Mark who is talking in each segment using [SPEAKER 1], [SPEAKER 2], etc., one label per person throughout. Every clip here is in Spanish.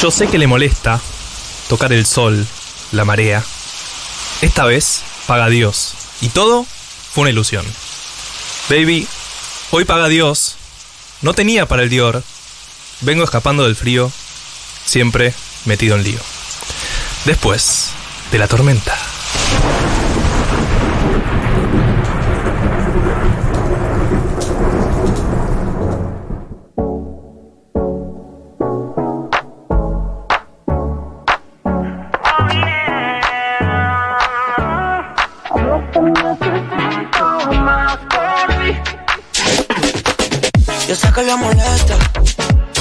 [SPEAKER 1] Yo sé que le molesta tocar el sol, la marea. Esta vez paga Dios. Y todo fue una ilusión. Baby, hoy paga Dios. No tenía para el Dior. Vengo escapando del frío, siempre metido en lío. Después de la tormenta.
[SPEAKER 2] Yo sé que le molesta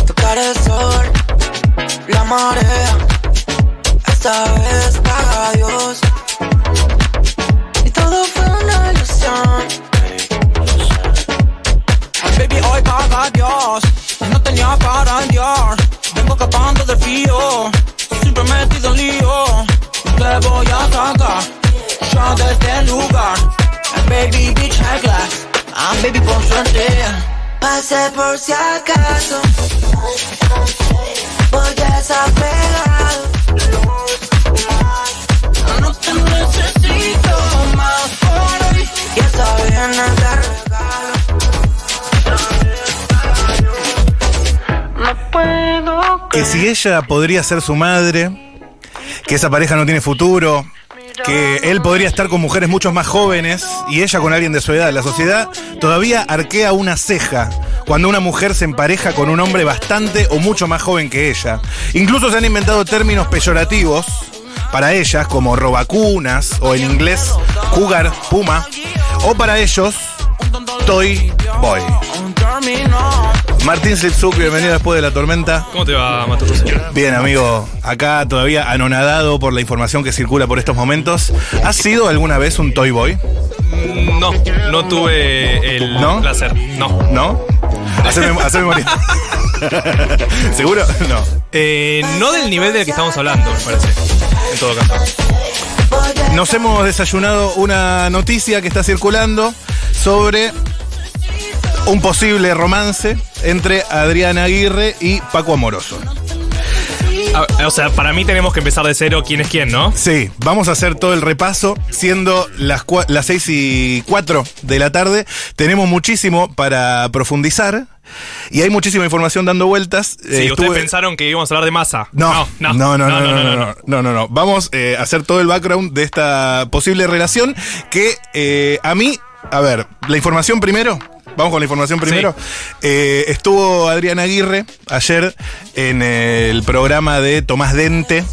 [SPEAKER 2] tocar el sol, la marea. Esta vez paga Dios. Y todo fue una ilusión. Ay, Ah, baby, hoy paga Dios. No tenía para enviar. Vengo escapando del frío. Siempre metido en lío. Te voy a sacar. Ya desde el lugar. Ay, baby, bitch, high class. Ay, baby, por suerte. Pase por si acaso. Voy desapegado. No te necesito más por hoy. Y esta vez no te regalo.
[SPEAKER 3] Que si ella podría ser su madre, que esa pareja no tiene futuro, que él podría estar con mujeres mucho más jóvenes y ella con alguien de su edad, la sociedad todavía arquea una ceja cuando una mujer se empareja con un hombre bastante o mucho más joven que ella. Incluso se han inventado términos peyorativos para ellas como robacunas o en inglés cougar, puma, o para ellos toy boy. Martín Slipsuk, bienvenido después de la tormenta.
[SPEAKER 1] ¿Cómo te va, Matos?
[SPEAKER 3] Bien, amigo, acá todavía anonadado por la información que circula por estos momentos. ¿Has sido alguna vez un Toy Boy?
[SPEAKER 1] No, no tuve el
[SPEAKER 3] ¿No?
[SPEAKER 1] placer. No.
[SPEAKER 3] ¿No? Hacer, mem- hacer memoria. ¿Seguro? No.
[SPEAKER 1] Eh, no del nivel del que estamos hablando, me parece. En todo caso.
[SPEAKER 3] Nos hemos desayunado una noticia que está circulando sobre un posible romance entre Adrián Aguirre y Paco Amoroso.
[SPEAKER 1] A- Ah, o sea, para mí tenemos que empezar de cero quién es quién, ¿no?
[SPEAKER 3] Sí, vamos a hacer todo el repaso, siendo las, cua- las 6 y 4 de la tarde. Tenemos muchísimo para profundizar y hay muchísima información dando vueltas.
[SPEAKER 1] Sí,
[SPEAKER 3] Eh,
[SPEAKER 1] ustedes
[SPEAKER 3] estuve-
[SPEAKER 1] pensaron que íbamos a hablar de masa.
[SPEAKER 3] No, no, no, no, no, no, no, no, no, no, no. Vamos eh, a hacer todo el background de esta posible relación que eh, a mí, a ver, la información primero. Vamos con la información primero. Eh, estuvo Adrián Aguirre ayer en el programa de Tomás Dente.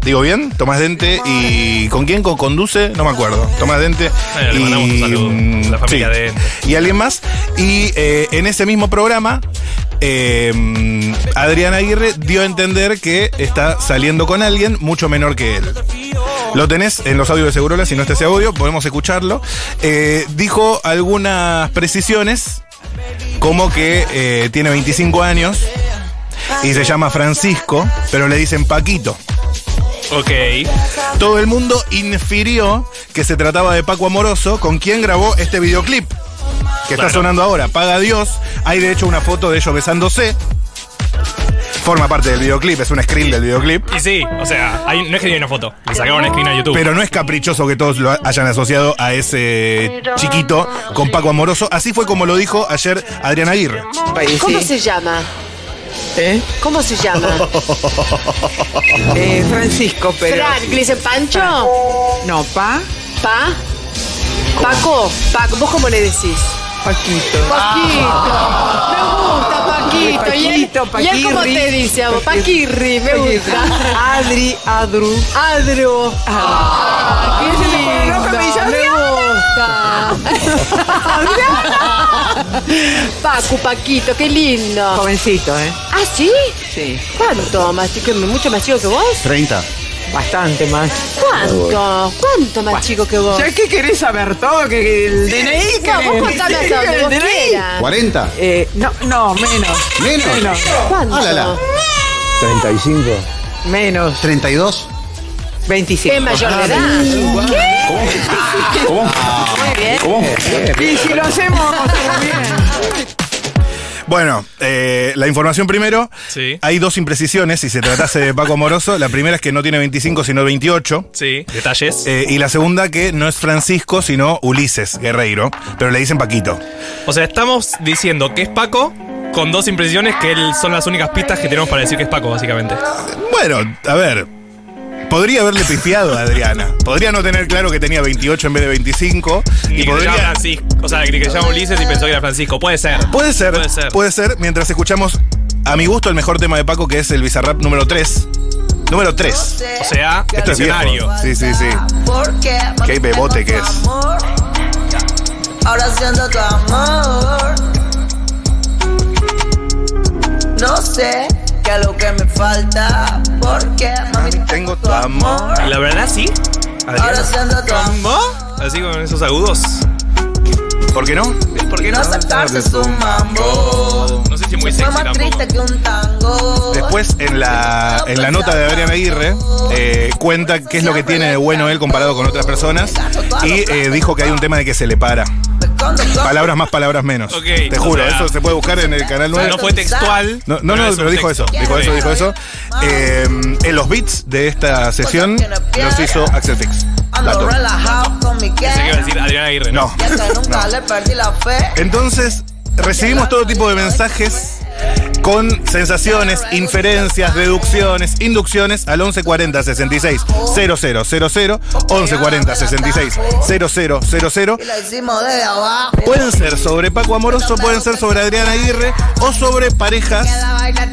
[SPEAKER 3] ¿Digo bien? Tomás Dente y ¿con quién co-conduce? No me acuerdo. Tomás Dente
[SPEAKER 1] Bueno, le mandamos un saludo a la familia Dente.
[SPEAKER 3] mm, y alguien más. Y eh, en ese mismo programa, eh, Adrián Aguirre dio a entender que está saliendo con alguien mucho menor que él. Lo tenés en los audios de Segurola, si no está ese audio, podemos escucharlo. Eh, dijo algunas precisiones, como que eh, tiene 25 años y se llama Francisco, pero le dicen Paquito.
[SPEAKER 1] Ok.
[SPEAKER 3] Todo el mundo infirió que se trataba de Paco Amoroso, con quien grabó este videoclip. Que
[SPEAKER 1] Claro.
[SPEAKER 3] está sonando ahora, Paga Dios. Hay de hecho una foto de ellos besándose. Forma parte del videoclip, es un screen del videoclip.
[SPEAKER 1] Y sí, o sea, hay- no es que tiene una foto. Le sacaron una screen a YouTube.
[SPEAKER 3] Pero no es caprichoso que todos lo hayan asociado a ese chiquito con Paco Amoroso. Así fue como lo dijo ayer Adrián Aguirre.
[SPEAKER 4] ¿Cómo se llama?
[SPEAKER 5] ¿Eh?
[SPEAKER 4] ¿Cómo se llama?
[SPEAKER 5] Eh, Francisco, pero.
[SPEAKER 4] Fran, ¿le dicen Pancho?
[SPEAKER 5] No, pa,
[SPEAKER 4] ¿Pa? ¿Paco? Paco, ¿vos cómo le decís?
[SPEAKER 5] Paquito. Ah.
[SPEAKER 4] Paquito. Me gusta Paquito. ¿Y él,
[SPEAKER 5] Paquito,
[SPEAKER 4] ¿y él cómo
[SPEAKER 5] Paquirri.
[SPEAKER 4] te dice a vos? Paquirri, me gusta.
[SPEAKER 5] Adri, Adru.
[SPEAKER 4] Adro. Ah, qué
[SPEAKER 5] se me pone
[SPEAKER 4] lindo.
[SPEAKER 5] loca, me dice,
[SPEAKER 4] me gusta. Paco, Paquito, qué lindo.
[SPEAKER 5] Jovencito, ¿eh?
[SPEAKER 4] ¿Ah, sí?
[SPEAKER 5] Sí.
[SPEAKER 4] ¿Cuánto más? chico? ¿Mucho más chico que vos?
[SPEAKER 6] 30.
[SPEAKER 5] Bastante más.
[SPEAKER 4] ¿Cuánto? ¿Cuánto más chico que vos?
[SPEAKER 5] ¿Ya que querés saber todo? ¿Que- ¿Que el DNI?
[SPEAKER 4] No,
[SPEAKER 5] que-
[SPEAKER 4] vos contame hasta donde
[SPEAKER 5] el
[SPEAKER 4] vos
[SPEAKER 5] DNI.
[SPEAKER 4] quieras.
[SPEAKER 6] 40.
[SPEAKER 5] Eh, no, no, menos.
[SPEAKER 6] Menos.
[SPEAKER 5] Menos.
[SPEAKER 4] ¿Cuánto?
[SPEAKER 6] Ah, la, la. 35.
[SPEAKER 5] Menos.
[SPEAKER 6] 32.
[SPEAKER 5] 25.
[SPEAKER 4] Es mayor de edad.
[SPEAKER 5] Em, Y si lo hacemos, bien.
[SPEAKER 3] Bueno, eh, la información primero.
[SPEAKER 1] Sí.
[SPEAKER 3] Hay dos imprecisiones si se tratase de Paco Moroso. La primera es que no tiene 25, sino 28.
[SPEAKER 1] Sí. Detalles.
[SPEAKER 3] Eh, y la segunda que no es Francisco, sino Ulises Guerreiro. Pero le dicen Paquito.
[SPEAKER 1] O sea, estamos diciendo que es Paco con dos imprecisiones que él- son las únicas pistas que tenemos para decir que es Paco, básicamente.
[SPEAKER 3] Bueno, a ver. Podría haberle pifiado a Adriana. Podría no tener claro que tenía 28 en vez de 25.
[SPEAKER 1] Ni que
[SPEAKER 3] Y
[SPEAKER 1] se llama
[SPEAKER 3] podría.
[SPEAKER 1] Francisco. O sea, ni que se llama Ulises y pensó que era Francisco. Puede ser.
[SPEAKER 3] Puede ser,
[SPEAKER 1] Puede ser.
[SPEAKER 3] puede ser, mientras escuchamos a mi gusto el mejor tema de Paco, que es el Bizarrap número 3. Número 3.
[SPEAKER 1] O sea,
[SPEAKER 3] Esto es
[SPEAKER 1] diccionario.
[SPEAKER 3] viejo. Sí, sí, sí.
[SPEAKER 7] Porque
[SPEAKER 3] Qué bebote que es.
[SPEAKER 7] amor, ahora siendo tu amor. No sé qué es lo que me falta. Porque mami,
[SPEAKER 3] Tengo tu amor.
[SPEAKER 1] La verdad, sí.
[SPEAKER 7] ahora siendo tu amor.
[SPEAKER 1] ¿No? Así con esos agudos.
[SPEAKER 3] ¿Por qué no?
[SPEAKER 7] Porque no aceptarte es un mambo.
[SPEAKER 1] No sé si
[SPEAKER 7] Fue
[SPEAKER 1] muy sexy
[SPEAKER 7] más triste
[SPEAKER 1] tampoco.
[SPEAKER 7] que un tango.
[SPEAKER 3] Después, en la, en la nota de Adrián Aguirre, eh, cuenta qué es lo que tiene de bueno él comparado con otras personas. Y eh, dijo que hay un tema de que se le para.
[SPEAKER 7] Me escondo, escondo.
[SPEAKER 3] Palabras más, palabras menos.
[SPEAKER 1] Ok,
[SPEAKER 3] Te
[SPEAKER 1] o
[SPEAKER 3] juro,
[SPEAKER 1] sea,
[SPEAKER 3] eso se puede buscar en el canal
[SPEAKER 1] O sea,
[SPEAKER 3] 9.
[SPEAKER 1] no fue textual.
[SPEAKER 3] No, no,
[SPEAKER 1] es
[SPEAKER 3] no,
[SPEAKER 1] un
[SPEAKER 3] pero dijo
[SPEAKER 1] texto.
[SPEAKER 3] eso, dijo
[SPEAKER 1] Ok.
[SPEAKER 3] eso, dijo eso. Eh, en los beats de esta sesión los hizo Axel Fix. La
[SPEAKER 7] Ando
[SPEAKER 3] tuvo.
[SPEAKER 7] relajado con mi
[SPEAKER 1] Pensé que iba a decir
[SPEAKER 7] que.
[SPEAKER 1] Adrián Aguirre.
[SPEAKER 3] No. Eh.
[SPEAKER 7] Ya que nunca le perdí la fe.
[SPEAKER 3] Entonces, recibimos todo tipo de mensajes con sensaciones, inferencias, deducciones, inducciones al 1140 66 0000 1140 66 0000
[SPEAKER 7] Y la hicimos desde abajo.
[SPEAKER 3] Pueden ser sobre Paco Amoroso, pueden ser sobre Adriana Aguirre o sobre parejas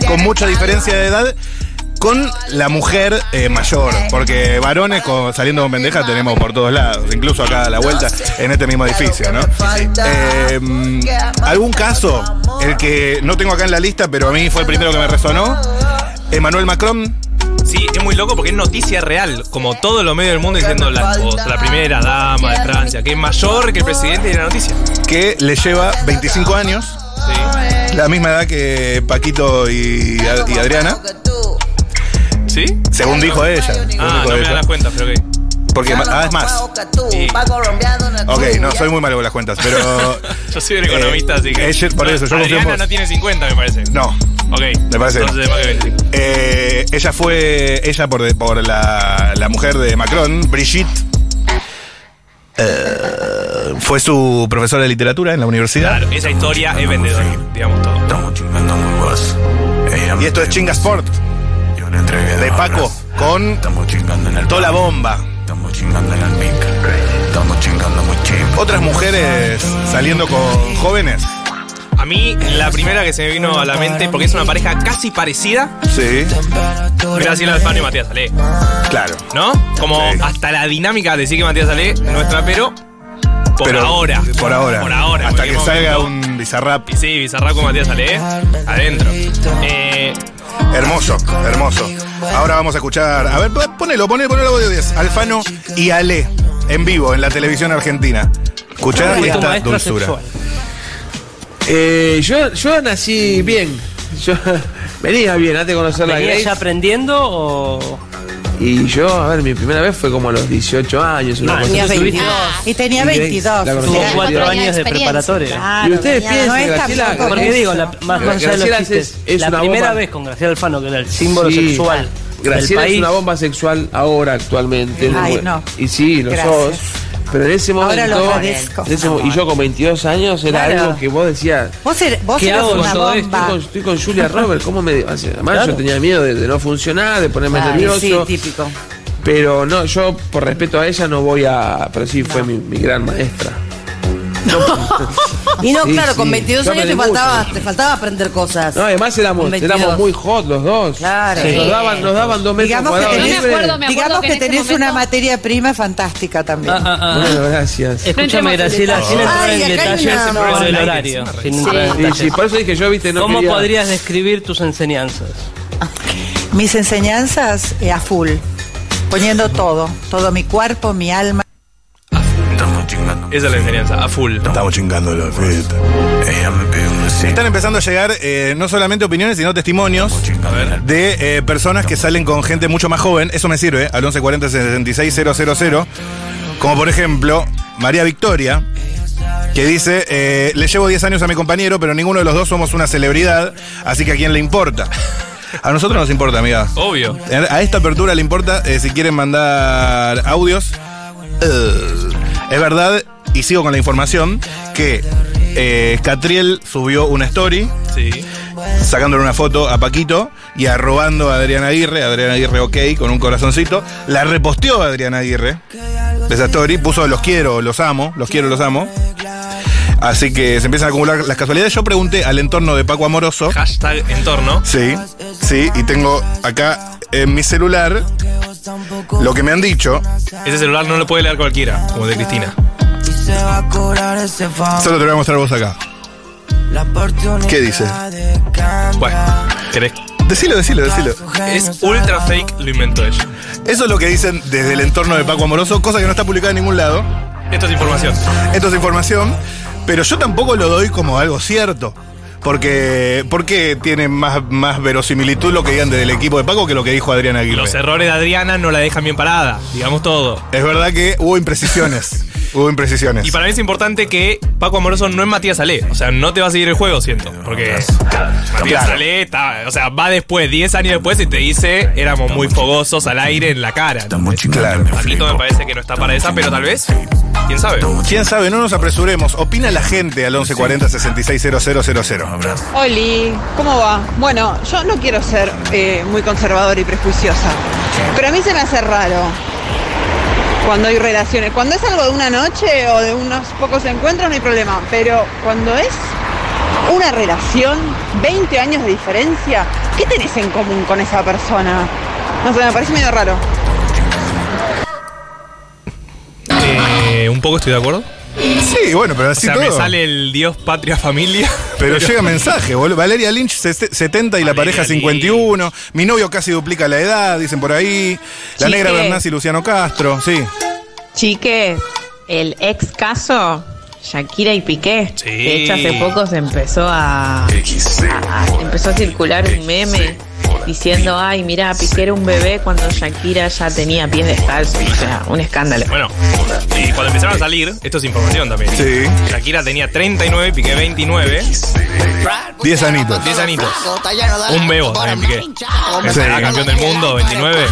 [SPEAKER 3] con mucha diferencia de edad con la mujer eh, mayor, porque varones con- saliendo con pendejas tenemos por todos lados, incluso acá a la vuelta en este mismo edificio, ¿no? Eh, algún caso, el que no tengo acá en la lista, pero a mí fue el primero que me resonó, Emmanuel Macron,
[SPEAKER 1] Sí, es muy loco porque es noticia real. Como todo lo medio del mundo diciendo la, o sea, la primera dama de Francia, que es mayor que el presidente de la noticia.
[SPEAKER 3] que le lleva 25 años, la misma edad que Paquito y, y Adriana,
[SPEAKER 1] ¿Sí? ¿Sí?
[SPEAKER 3] según dijo ella. según
[SPEAKER 1] Ah, no
[SPEAKER 3] dijo
[SPEAKER 1] me
[SPEAKER 3] ella.
[SPEAKER 1] dan las cuentas, pero ok.
[SPEAKER 3] Porque ma- ah, es más.
[SPEAKER 1] Sí.
[SPEAKER 3] Ok, no, soy muy malo con las cuentas, pero.
[SPEAKER 1] Yo soy un economista,
[SPEAKER 3] Eh,
[SPEAKER 1] así que.
[SPEAKER 3] ella- por eso, yo confío en
[SPEAKER 1] Adriana
[SPEAKER 3] vos.
[SPEAKER 1] no tiene 50, me parece.
[SPEAKER 3] No.
[SPEAKER 1] Ok.
[SPEAKER 3] Me parece.
[SPEAKER 1] Entonces, más que 25.
[SPEAKER 3] Eh, ella fue. Ella por, de- por la, la mujer de Macron, Brigitte. eh, fue su profesora de literatura en la universidad.
[SPEAKER 1] Claro, esa historia es vendedora, digamos todo.
[SPEAKER 3] Y esto es Chinga Sport de Paco con
[SPEAKER 8] Estamos chingando en el
[SPEAKER 3] toda la bomba.
[SPEAKER 8] Estamos chingando en el mic. Estamos chingando muy chimbo.
[SPEAKER 3] Otras mujeres saliendo con jóvenes.
[SPEAKER 1] A mí, la primera que se me vino a la mente, porque es una pareja casi parecida,
[SPEAKER 3] Sí,
[SPEAKER 1] Graciela Alfano y Matías Ale.
[SPEAKER 3] claro.
[SPEAKER 1] ¿No? Como
[SPEAKER 3] Sí.
[SPEAKER 1] hasta la dinámica de decir que Matías Ale no es trapero. Por
[SPEAKER 3] Pero-
[SPEAKER 1] ahora.
[SPEAKER 3] Por ahora.
[SPEAKER 1] Por ahora.
[SPEAKER 3] Hasta
[SPEAKER 1] en
[SPEAKER 3] que
[SPEAKER 1] cualquier
[SPEAKER 3] salga
[SPEAKER 1] momento.
[SPEAKER 3] un bizarrap.
[SPEAKER 1] Y sí, Bizarraco Matías Ale, ¿eh? adentro. Eh,
[SPEAKER 3] Hermoso, hermoso. Ahora vamos a escuchar. A ver, pon- ponelo, ponelo, ponelo audio 10. Alfano y Ale, en vivo, en la televisión argentina. Escuchar
[SPEAKER 9] Fue tu
[SPEAKER 3] esta
[SPEAKER 9] maestra
[SPEAKER 3] dulzura.
[SPEAKER 9] sexual. Eh, yo, yo nací bien. Yo venía bien, antes de conocer la
[SPEAKER 10] ¿Venías
[SPEAKER 9] Grace.
[SPEAKER 10] ya aprendiendo o.?
[SPEAKER 9] Y yo, a ver, mi primera vez fue como a los 18 años. Una cosa
[SPEAKER 10] tenías
[SPEAKER 9] así.
[SPEAKER 10] 22.
[SPEAKER 5] Y tenía
[SPEAKER 9] Y Grace,
[SPEAKER 5] 22.
[SPEAKER 9] la conocí
[SPEAKER 10] Con
[SPEAKER 9] a los
[SPEAKER 10] cuatro
[SPEAKER 9] 22.
[SPEAKER 10] años de preparatoria.
[SPEAKER 9] Y ustedes piensen,
[SPEAKER 5] No es
[SPEAKER 9] Graciela,
[SPEAKER 5] tampoco
[SPEAKER 9] Graciela-
[SPEAKER 10] Porque digo, la, más
[SPEAKER 9] Pero
[SPEAKER 10] más allá de los
[SPEAKER 9] Graciela
[SPEAKER 10] chistes,
[SPEAKER 9] es- es
[SPEAKER 10] la
[SPEAKER 9] una
[SPEAKER 10] primera
[SPEAKER 9] bomba.
[SPEAKER 10] vez con Graciela Alfano, que era el símbolo
[SPEAKER 9] Sí.
[SPEAKER 10] sexual
[SPEAKER 9] Graciela
[SPEAKER 10] del país.
[SPEAKER 9] es una bomba sexual ahora actualmente.
[SPEAKER 5] Ay, no.
[SPEAKER 9] Y sí, lo
[SPEAKER 5] Gracias.
[SPEAKER 9] sos. Pero en ese momento.
[SPEAKER 5] Ahora lo agradezco.
[SPEAKER 9] en ese mo- y yo con 22 años era
[SPEAKER 5] Claro.
[SPEAKER 9] algo que vos decías.
[SPEAKER 5] Vos, er- vos
[SPEAKER 10] ¿Qué
[SPEAKER 5] eras
[SPEAKER 10] hago
[SPEAKER 5] una
[SPEAKER 10] con
[SPEAKER 9] todo esto,
[SPEAKER 5] bomba.
[SPEAKER 9] Estoy con, estoy con Julia Roberts, ¿cómo me.? Además, yo
[SPEAKER 10] Claro.
[SPEAKER 9] tenía miedo de, de no funcionar, de ponerme
[SPEAKER 5] Ay,
[SPEAKER 9] nervioso.
[SPEAKER 5] sí, típico.
[SPEAKER 9] Pero no, yo por respeto a ella no voy a. Pero sí, fue mi, mi gran maestra.
[SPEAKER 11] Y no,
[SPEAKER 9] Sí,
[SPEAKER 11] claro,
[SPEAKER 9] sí.
[SPEAKER 11] con 22
[SPEAKER 9] Yo
[SPEAKER 11] años te
[SPEAKER 9] aprendí
[SPEAKER 11] faltaba,
[SPEAKER 9] mucho.
[SPEAKER 11] te faltaba aprender cosas.
[SPEAKER 9] No, además éramos,
[SPEAKER 11] Con
[SPEAKER 9] éramos
[SPEAKER 11] 22.
[SPEAKER 9] muy hot los dos.
[SPEAKER 11] Claro.
[SPEAKER 9] Sí. Nos,
[SPEAKER 11] Sí.
[SPEAKER 9] daban, nos daban dos metros
[SPEAKER 5] Digamos que
[SPEAKER 9] cuadrados
[SPEAKER 5] tenés,
[SPEAKER 9] libres.
[SPEAKER 5] digamos que
[SPEAKER 2] este
[SPEAKER 5] tenés una materia prima fantástica también.
[SPEAKER 10] Ah, ah, ah.
[SPEAKER 9] Bueno, gracias.
[SPEAKER 10] Escúchame, Graciela, sin entrar
[SPEAKER 11] Ay, acá
[SPEAKER 10] en
[SPEAKER 11] hay
[SPEAKER 10] detalles
[SPEAKER 11] una-
[SPEAKER 10] por el
[SPEAKER 1] Sí.
[SPEAKER 10] horario. sin entrar en
[SPEAKER 9] Y sí,
[SPEAKER 10] detalles.
[SPEAKER 9] por eso dije, yo viste, no
[SPEAKER 10] ¿Cómo
[SPEAKER 9] Este quería-
[SPEAKER 10] podrías describir tus enseñanzas?
[SPEAKER 5] Mis enseñanzas eh, a full, poniendo todo, todo mi cuerpo, mi alma.
[SPEAKER 8] Estamos chingando.
[SPEAKER 1] esa es la enseñanza, a full.
[SPEAKER 3] Estamos chingando la fiesta.
[SPEAKER 8] Ella me pide un besito.
[SPEAKER 3] Están empezando a llegar eh, no solamente opiniones, sino testimonios
[SPEAKER 8] Chingando en el
[SPEAKER 3] de eh, personas que salen con gente mucho más joven. Eso me sirve, al 1140 66 000. Como por ejemplo, María Victoria, que dice, eh, le llevo 10 años a mi compañero, pero ninguno de los dos somos una celebridad, así que a quién le importa. A nosotros nos importa, amiga.
[SPEAKER 1] Obvio.
[SPEAKER 3] A esta apertura le importa, eh, si quieren mandar audios. Eh, es verdad, y sigo con la información, que eh, Catriel subió una story
[SPEAKER 1] Sí.
[SPEAKER 3] sacándole una foto a Paquito y arrobando a Adrián Aguirre, Adrián Aguirre ok, con un corazoncito. La reposteó Adrián Aguirre de esa story, puso los quiero, los amo, los quiero, los amo. Así que se empiezan a acumular las casualidades. Yo pregunté al entorno de Paco Amoroso.
[SPEAKER 1] Hashtag entorno.
[SPEAKER 3] Sí, sí, y tengo acá en mi celular lo que me han dicho.
[SPEAKER 1] Ese celular no lo puede leer cualquiera, como el de Cristina.
[SPEAKER 3] Solo te lo voy a mostrar vos acá. ¿Qué dice?
[SPEAKER 1] Bueno, querés.
[SPEAKER 3] Decilo, decilo, decilo.
[SPEAKER 1] Es ultra fake, lo inventó ella.
[SPEAKER 3] Eso es lo que dicen desde el entorno de Paco Amoroso, cosa que no está publicada en ningún lado.
[SPEAKER 1] Esto es información.
[SPEAKER 3] Esto es información, pero yo tampoco lo doy como algo cierto. Porque, porque tiene más, más verosimilitud lo que digan desde el equipo de Paco que lo que dijo Adrián Aguirre.
[SPEAKER 1] Los errores de Adriana no la dejan bien parada, digamos todo.
[SPEAKER 3] Es verdad que hubo imprecisiones. hubo imprecisiones.
[SPEAKER 1] Y para mí es importante que Paco Amoroso no es Matías Ale. O sea, no te va a seguir el juego, siento. Porque Matías
[SPEAKER 3] Claro.
[SPEAKER 1] Ale está- o sea, va después, 10 años después, y te dice, éramos muy fogosos al aire en la cara.
[SPEAKER 8] Estamos chingando.
[SPEAKER 1] A mí todo me parece que no está para esa, pero tal vez, quién sabe.
[SPEAKER 3] ¿Quién sabe? No nos apresuremos. Opina la gente al 1140 660000.
[SPEAKER 11] Oli, ¿cómo va? Bueno, yo no quiero ser eh, muy conservadora y prejuiciosa, pero a mí se me hace raro cuando hay relaciones. Cuando es algo de una noche o de unos pocos encuentros no hay problema, pero cuando es una relación, 20 años de diferencia, ¿qué tenés en común con esa persona? No sé, me parece medio raro.
[SPEAKER 1] Eh, un poco estoy de acuerdo.
[SPEAKER 3] Sí, bueno, pero
[SPEAKER 1] O
[SPEAKER 3] así
[SPEAKER 1] sea, me
[SPEAKER 3] todo.
[SPEAKER 1] sale el Dios, patria, familia.
[SPEAKER 3] Pero llega mensaje, boludo. Valeria Lynch, ses- 70 y la pareja 51. Mi novio casi duplica la edad, dicen por ahí. La
[SPEAKER 12] Chique.
[SPEAKER 3] negra Bernás y Luciano Castro, sí.
[SPEAKER 12] Chiques, el ex caso Shakira y Piqué. De hecho, hace poco se empezó a, a- empezó a circular un meme diciendo, ay, mira, Piqué era un bebé cuando Shakira ya tenía pies de descalzos. O sea, un escándalo.
[SPEAKER 1] Bueno, y cuando empezaron a salir, esto es información también.
[SPEAKER 3] Sí.
[SPEAKER 1] Shakira tenía 39, Piqué 29.
[SPEAKER 3] 10 anitos.
[SPEAKER 1] 10 anitos. Un bebo también, Piqué. Ese era campeón del mundo, 29.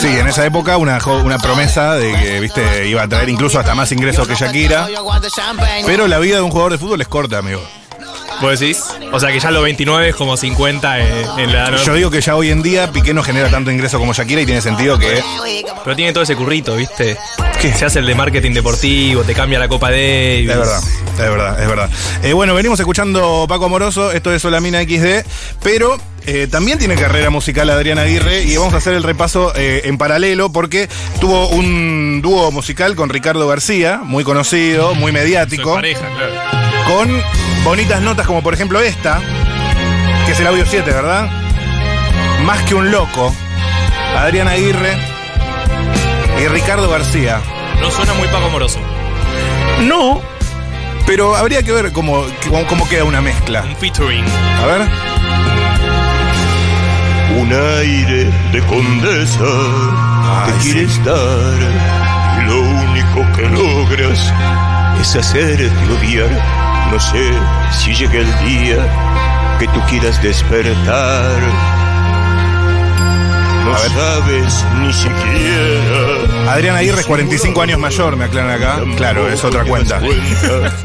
[SPEAKER 3] Sí, en esa época una, jo- una promesa de que, viste, iba a traer incluso hasta más ingresos que Shakira. Pero la vida de un jugador de fútbol es corta, amigo.
[SPEAKER 1] ¿Vos decís? O sea que ya los 29 es como 50 en, en la edad, ¿no?
[SPEAKER 3] Yo digo que ya hoy en día Piqué no genera tanto ingreso como Shakira y tiene sentido que.
[SPEAKER 1] Pero tiene todo ese currito, ¿viste? Se hace el de marketing deportivo, te cambia la Copa Davis.
[SPEAKER 3] Es verdad, es verdad, es verdad. Eh, bueno, venimos escuchando Paco Amoroso, esto es Solamina XD, pero eh, también tiene carrera musical Adrián Aguirre y vamos a hacer el repaso eh, en paralelo porque tuvo un dúo musical con Ricardo García, muy conocido, muy mediático.
[SPEAKER 1] pareja, claro.
[SPEAKER 3] con bonitas notas como por ejemplo esta, que es el audio 7, ¿verdad? Más que un loco, Adrián Aguirre y Ricardo García.
[SPEAKER 1] No suena muy Paco Moroso.
[SPEAKER 3] No, pero habría que ver cómo, cómo, cómo queda una mezcla.
[SPEAKER 1] Un featuring.
[SPEAKER 3] A ver.
[SPEAKER 13] Un aire de condesa que quiere estar. Y lo único que logras es hacerte odiar. No sé si llega el día que tú quieras despertar. No sabes ni siquiera.
[SPEAKER 3] Adrián Aguirre es 45 años mayor, me aclaran acá. Claro, es otra cuenta.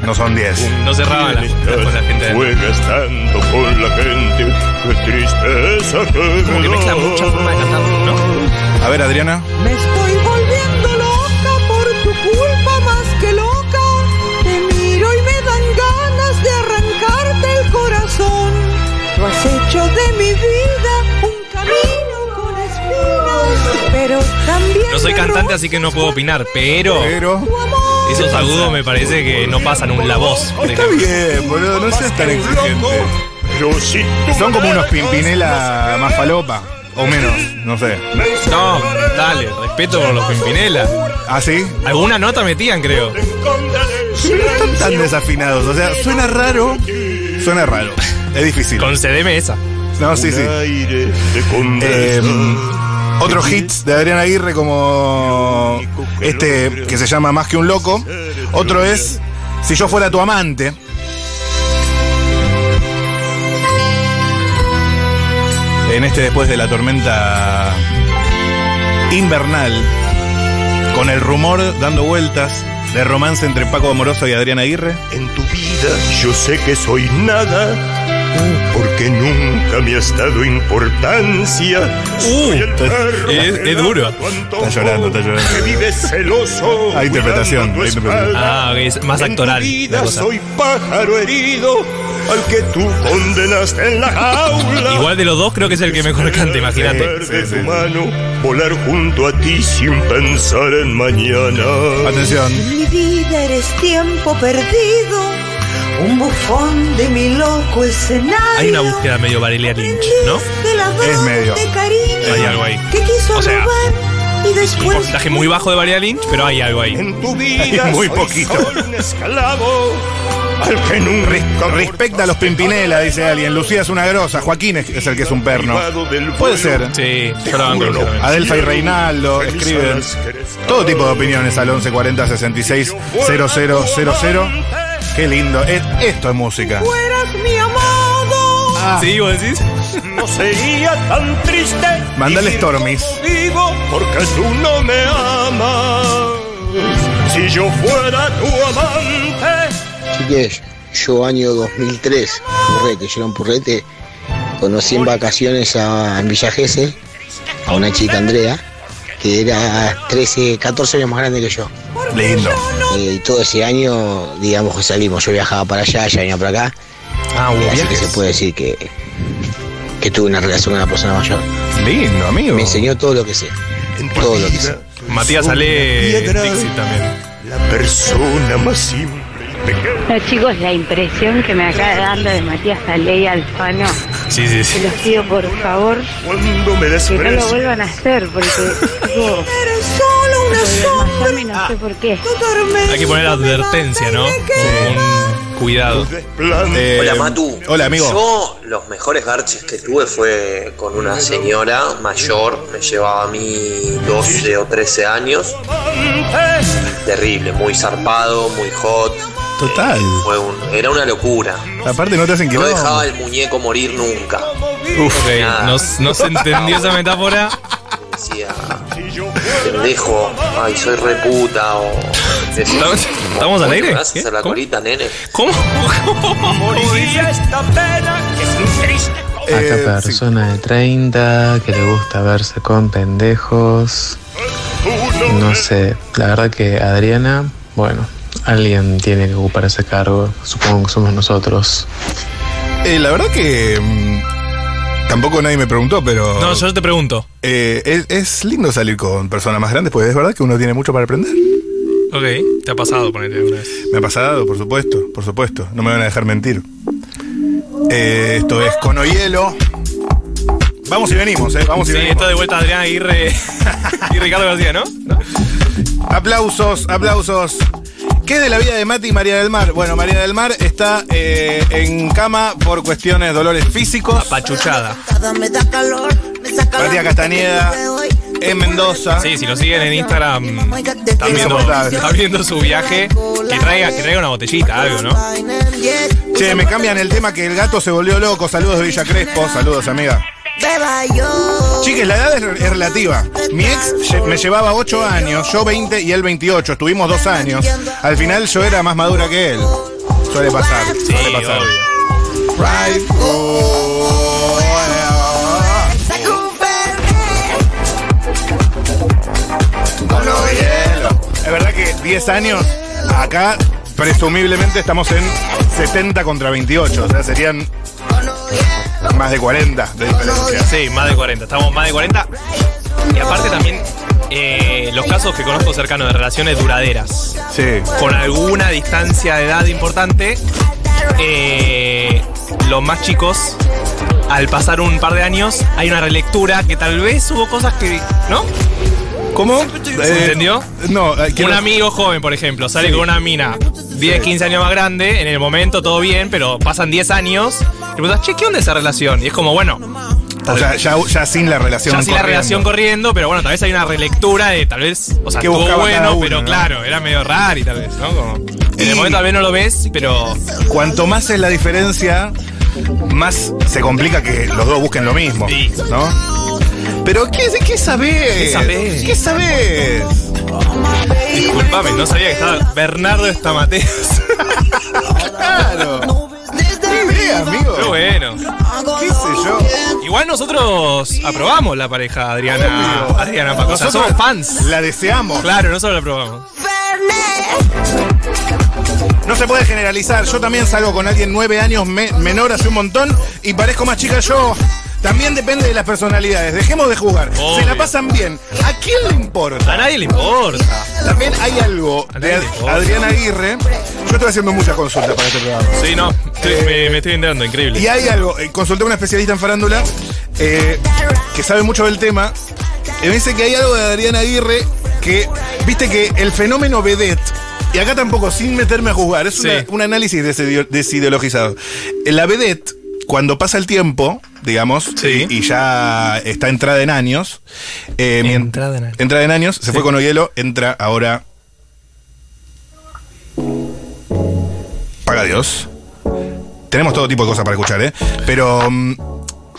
[SPEAKER 3] No son 10.
[SPEAKER 1] No cerraba la, con la gente.
[SPEAKER 13] Juegas tanto con la gente, qué tristeza que
[SPEAKER 1] Como que mezcla muchas formas de cantar, ¿no?
[SPEAKER 3] A ver, Adriana.
[SPEAKER 14] Me estoy volviendo loca por tu culpa más que loca. Te miro y me dan ganas de arrancarte el corazón. Tú has hecho de mi vida un camino con espinas, pero también
[SPEAKER 1] No soy
[SPEAKER 14] me
[SPEAKER 1] cantante, así que no puedo opinar, pero.
[SPEAKER 3] Pero.
[SPEAKER 1] Esos agudos me parece que no pasan un la voz. por
[SPEAKER 3] Está
[SPEAKER 1] ejemplo.
[SPEAKER 3] bien, boludo, no seas tan exigente. Son como unos pimpinela más falopa, o menos, no sé.
[SPEAKER 1] No, dale, respeto por los Pimpinela.
[SPEAKER 3] ¿Ah, sí?
[SPEAKER 1] Alguna nota metían, creo.
[SPEAKER 3] Sí, no están tan desafinados, o sea, suena raro, suena raro. Es difícil.
[SPEAKER 1] Concedeme esa.
[SPEAKER 3] No, Ah, sí, sí. Eh, otro hit de Adrián Aguirre como este que se llama Más que un loco. Otro es Si yo fuera tu amante. En este después de la tormenta invernal, con el rumor dando vueltas de romance entre Paco Amoroso y Adrián Aguirre.
[SPEAKER 13] En tu vida yo sé que soy nada, porque nunca me has dado importancia. Soy el perro
[SPEAKER 1] Es,
[SPEAKER 13] que
[SPEAKER 1] es duro.
[SPEAKER 3] Está llorando, está llorando.
[SPEAKER 13] que vive celoso.
[SPEAKER 3] Hay interpretación,
[SPEAKER 13] cuidando
[SPEAKER 3] hay
[SPEAKER 13] tu
[SPEAKER 3] interpretación.
[SPEAKER 13] espalda.
[SPEAKER 1] Ah, ok, es más actoral
[SPEAKER 13] En tu
[SPEAKER 1] la
[SPEAKER 13] vida
[SPEAKER 1] cosa.
[SPEAKER 13] soy pájaro herido al que tú condenaste en la jaula.
[SPEAKER 1] Igual de los dos creo que es el que mejor canta, imagínate.
[SPEAKER 13] de tu mano, volar junto a ti sin pensar en mañana.
[SPEAKER 3] Atención.
[SPEAKER 14] Mi vida eres tiempo perdido, un bufón de mi loco escenario.
[SPEAKER 1] Hay una búsqueda medio Barelia Lynch, ¿no?
[SPEAKER 14] de la
[SPEAKER 1] Es
[SPEAKER 14] voz
[SPEAKER 1] medio.
[SPEAKER 14] de cariño
[SPEAKER 1] Hay algo ahí.
[SPEAKER 14] que quiso
[SPEAKER 1] O sea,
[SPEAKER 14] robar y
[SPEAKER 1] Un
[SPEAKER 14] después
[SPEAKER 1] porcentaje muy bajo de Barelia Lynch, pero hay algo ahí.
[SPEAKER 13] Tu vida
[SPEAKER 1] Muy
[SPEAKER 13] soy
[SPEAKER 1] poquito.
[SPEAKER 13] solo un esclavo al que nunca
[SPEAKER 3] Res- respecta a los Pimpinela, dice alguien. Lucía es una grosa. Joaquín es, es el que es un perno. Puede ser.
[SPEAKER 1] Sí,
[SPEAKER 13] yo la banco, yo la banco.
[SPEAKER 3] Adelfa y Reinaldo escriben todo tipo de opiniones al 1140 66 0000. Qué lindo. Es- esto es música.
[SPEAKER 14] fueras mi amado.
[SPEAKER 2] Ah.
[SPEAKER 1] Sí, vos decís.
[SPEAKER 13] No sería tan triste.
[SPEAKER 3] Mandale Stormis.
[SPEAKER 13] Vivo porque tú no me amas. Si yo fuera tu amante.
[SPEAKER 6] Chiques, yo año 2003, Purrete, yo era un Purrete, conocí en vacaciones a, en Villa Gesell, a una chica Andrea, que era 13, 14 años más grande que yo.
[SPEAKER 3] Lindo.
[SPEAKER 6] y todo ese año, digamos que salimos, yo viajaba para allá, ella venía para acá.
[SPEAKER 3] Ah,
[SPEAKER 6] así que se puede decir que, que tuve una relación con una persona mayor.
[SPEAKER 3] Lindo, amigo.
[SPEAKER 6] Me enseñó todo lo que sé. Todo lo que sé.
[SPEAKER 1] Matías Ale Dixit también.
[SPEAKER 13] La persona más simple y pequeña.
[SPEAKER 15] No, chicos, la impresión que me acaba dando de Matías Aley Alfano.
[SPEAKER 1] Sí,
[SPEAKER 15] Se
[SPEAKER 1] sí, sí.
[SPEAKER 15] los pido, por favor,
[SPEAKER 13] Cuando me
[SPEAKER 15] que no lo
[SPEAKER 13] desprecias.
[SPEAKER 15] vuelvan a hacer, porque yo
[SPEAKER 14] Eres solo una sombra.
[SPEAKER 15] no
[SPEAKER 5] Ah.
[SPEAKER 15] sé por qué.
[SPEAKER 1] Hay que poner advertencia, ¿no? Como un cuidado.
[SPEAKER 3] Eh,
[SPEAKER 16] hola Matu.
[SPEAKER 3] Hola, amigo.
[SPEAKER 16] Yo los mejores garches que tuve fue Eh, con una señora mayor, me llevaba a mí 12 o 13 años. Terrible, muy zarpado, muy hot.
[SPEAKER 3] Total.
[SPEAKER 16] Fue un- era una locura.
[SPEAKER 3] Aparte no te hacen
[SPEAKER 16] No
[SPEAKER 3] quilombo.
[SPEAKER 16] dejaba el muñeco morir nunca.
[SPEAKER 1] Uf,
[SPEAKER 16] Nada.
[SPEAKER 1] no, no se entendió esa metáfora.
[SPEAKER 16] Decía, pendejo, ay, soy reputa o...
[SPEAKER 1] ¿Estamos- estamos al aire?
[SPEAKER 16] "Bueno, gracias
[SPEAKER 1] ¿Qué?
[SPEAKER 16] a la
[SPEAKER 1] ¿Cómo?
[SPEAKER 16] colita, nene.
[SPEAKER 1] ¿Cómo?
[SPEAKER 2] Moriría esta pena que es un triste.
[SPEAKER 3] Eh,
[SPEAKER 17] A esta persona de 30 que le gusta verse con pendejos. No sé, la verdad que Adriana, bueno, alguien tiene que ocupar ese cargo, supongo que somos nosotros.
[SPEAKER 3] Eh, la verdad que mm, tampoco nadie me preguntó, pero
[SPEAKER 1] No, yo te pregunto.
[SPEAKER 3] eh, es, es lindo salir con personas más grandes, porque es verdad que uno tiene mucho para aprender.
[SPEAKER 1] Ok, te ha pasado, ponele una vez.
[SPEAKER 3] Me ha pasado, por supuesto, por supuesto. No me van a dejar mentir. Eh, esto es Cono Hielo. Vamos y venimos, ¿eh? Vamos y
[SPEAKER 1] Sí,
[SPEAKER 3] venimos.
[SPEAKER 1] está de vuelta Adrián Aguirre y Ricardo García, ¿no?
[SPEAKER 3] Aplausos, aplausos. ¿Qué es de la vida de Mati y María del Mar? Bueno, María del Mar está eh, en cama por cuestiones de dolores físicos.
[SPEAKER 1] Apachuchada.
[SPEAKER 7] Me da calor, me saca la
[SPEAKER 3] Matías Castañeda en Mendoza.
[SPEAKER 1] Sí, si lo siguen en Instagram,
[SPEAKER 7] Oiga, te
[SPEAKER 1] está viendo,
[SPEAKER 3] Insoportable.
[SPEAKER 1] está viendo su viaje. Que traiga, que traiga una botellita, algo, ¿no?
[SPEAKER 3] Che, me cambian el tema que el gato se volvió loco. Saludos de Villa Crespo. Saludos, amiga.
[SPEAKER 7] beba yo.
[SPEAKER 3] Chiques, la edad es, es relativa. Mi ex lle- me llevaba 8 años, yo 20 y él 28. Estuvimos 2 años. Al final yo era más madura que él. Suele pasar, suele pasar. Right, oh, eh,
[SPEAKER 7] Saca un fernet.
[SPEAKER 3] Con los hielos. Es verdad que 10 años acá, presumiblemente estamos en 70 contra 28. O sea, serían más de 40 de diferencia.
[SPEAKER 1] Sí, más de 40. Estamos más de 40. Y aparte también eh, los casos que conozco cercanos de relaciones duraderas.
[SPEAKER 3] Sí.
[SPEAKER 1] Con alguna distancia de edad importante. eh, los más chicos, al pasar un par de años, hay una relectura que tal vez hubo cosas que. ¿No?
[SPEAKER 3] ¿Cómo?
[SPEAKER 1] ¿Se entendió?
[SPEAKER 3] No, eh, quiero-
[SPEAKER 1] Un amigo joven, por ejemplo, sale con una mina 10, 15 años más grande, en el momento todo bien, pero pasan 10 años, y preguntas, che, ¿qué onda esa relación? Y es como, bueno,
[SPEAKER 3] O sea, ya, ya sin la relación.
[SPEAKER 1] ya sí la
[SPEAKER 3] corriendo.
[SPEAKER 1] relación corriendo, pero bueno, tal vez hay una relectura de tal vez, o sea,
[SPEAKER 3] ¿Qué
[SPEAKER 1] estuvo
[SPEAKER 3] buscaba cada
[SPEAKER 1] bueno,
[SPEAKER 3] uno,
[SPEAKER 1] pero
[SPEAKER 3] no?
[SPEAKER 1] claro, era medio raro y tal vez, ¿no? Como, En el momento tal vez no lo ves, pero.
[SPEAKER 3] Cuanto más es la diferencia, más se complica que los dos busquen lo mismo. ¿No? Pero ¿qué, qué sabés?
[SPEAKER 1] ¿Qué sabés?
[SPEAKER 3] ¿Qué sabés?
[SPEAKER 1] Disculpame, no sabía que estaba Bernardo Estamateos.
[SPEAKER 3] claro. Libre, amigo.
[SPEAKER 1] Pero bueno.
[SPEAKER 3] ¿Qué sé yo?
[SPEAKER 1] Igual nosotros aprobamos la pareja Adriana. Adriana Paco. O sea,
[SPEAKER 3] Nosotros
[SPEAKER 1] somos fans.
[SPEAKER 3] La deseamos.
[SPEAKER 1] Claro, nosotros la aprobamos.
[SPEAKER 3] No se puede generalizar. Yo también salgo con alguien nueve años me- menor hace un montón y parezco más chica yo. También depende de las personalidades. Dejemos de jugar. Se la
[SPEAKER 1] Obvio.
[SPEAKER 3] pasan bien. ¿A quién le importa?
[SPEAKER 1] A nadie le importa.
[SPEAKER 3] También hay algo de
[SPEAKER 1] nadie
[SPEAKER 3] Ad-
[SPEAKER 1] le importa.
[SPEAKER 3] Adriana Aguirre. Yo estoy haciendo muchas consultas para este programa.
[SPEAKER 1] Sí, no. estoy- me, me estoy enterando, increíble.
[SPEAKER 3] Y hay algo, eh, consulté a una especialista en farándula eh, que sabe mucho del tema. Y me dice que hay algo de Adriana Aguirre que, viste que el fenómeno vedette, y acá tampoco, sin meterme a juzgar, es una-
[SPEAKER 1] Sí.
[SPEAKER 3] un análisis deside- desideologizado. La vedette, cuando pasa el tiempo, digamos, y, y ya está entrada en años, eh,
[SPEAKER 1] Entrada en años.
[SPEAKER 3] entrada en años, se
[SPEAKER 1] Sí.
[SPEAKER 3] fue con Ohielo, entra ahora. Paga Dios. Tenemos todo tipo de cosas para escuchar, ¿eh? Pero mm,